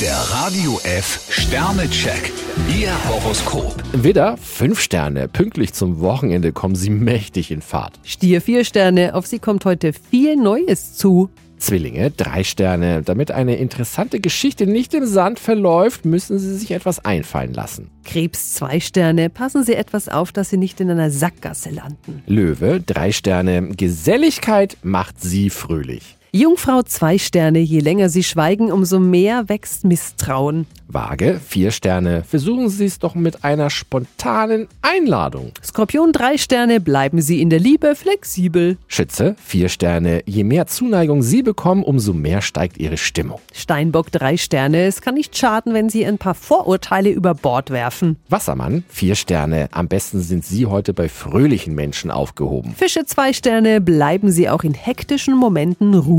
Der Radio F Sternecheck. Ihr Horoskop. Widder, fünf Sterne. Pünktlich zum Wochenende kommen Sie mächtig in Fahrt. Stier vier Sterne, auf Sie kommt heute viel Neues zu. Zwillinge, drei Sterne. Damit eine interessante Geschichte nicht im Sand verläuft, müssen Sie sich etwas einfallen lassen. Krebs zwei Sterne, passen Sie etwas auf, dass Sie nicht in einer Sackgasse landen. Löwe, drei Sterne. Geselligkeit macht Sie fröhlich. Jungfrau zwei Sterne, je länger Sie schweigen, umso mehr wächst Misstrauen. Waage, vier Sterne. Versuchen Sie es doch mit einer spontanen Einladung. Skorpion drei Sterne, bleiben Sie in der Liebe flexibel. Schütze, vier Sterne. Je mehr Zuneigung Sie bekommen, umso mehr steigt Ihre Stimmung. Steinbock drei Sterne, es kann nicht schaden, wenn Sie ein paar Vorurteile über Bord werfen. Wassermann, vier Sterne. Am besten sind Sie heute bei fröhlichen Menschen aufgehoben. Fische zwei Sterne, bleiben Sie auch in hektischen Momenten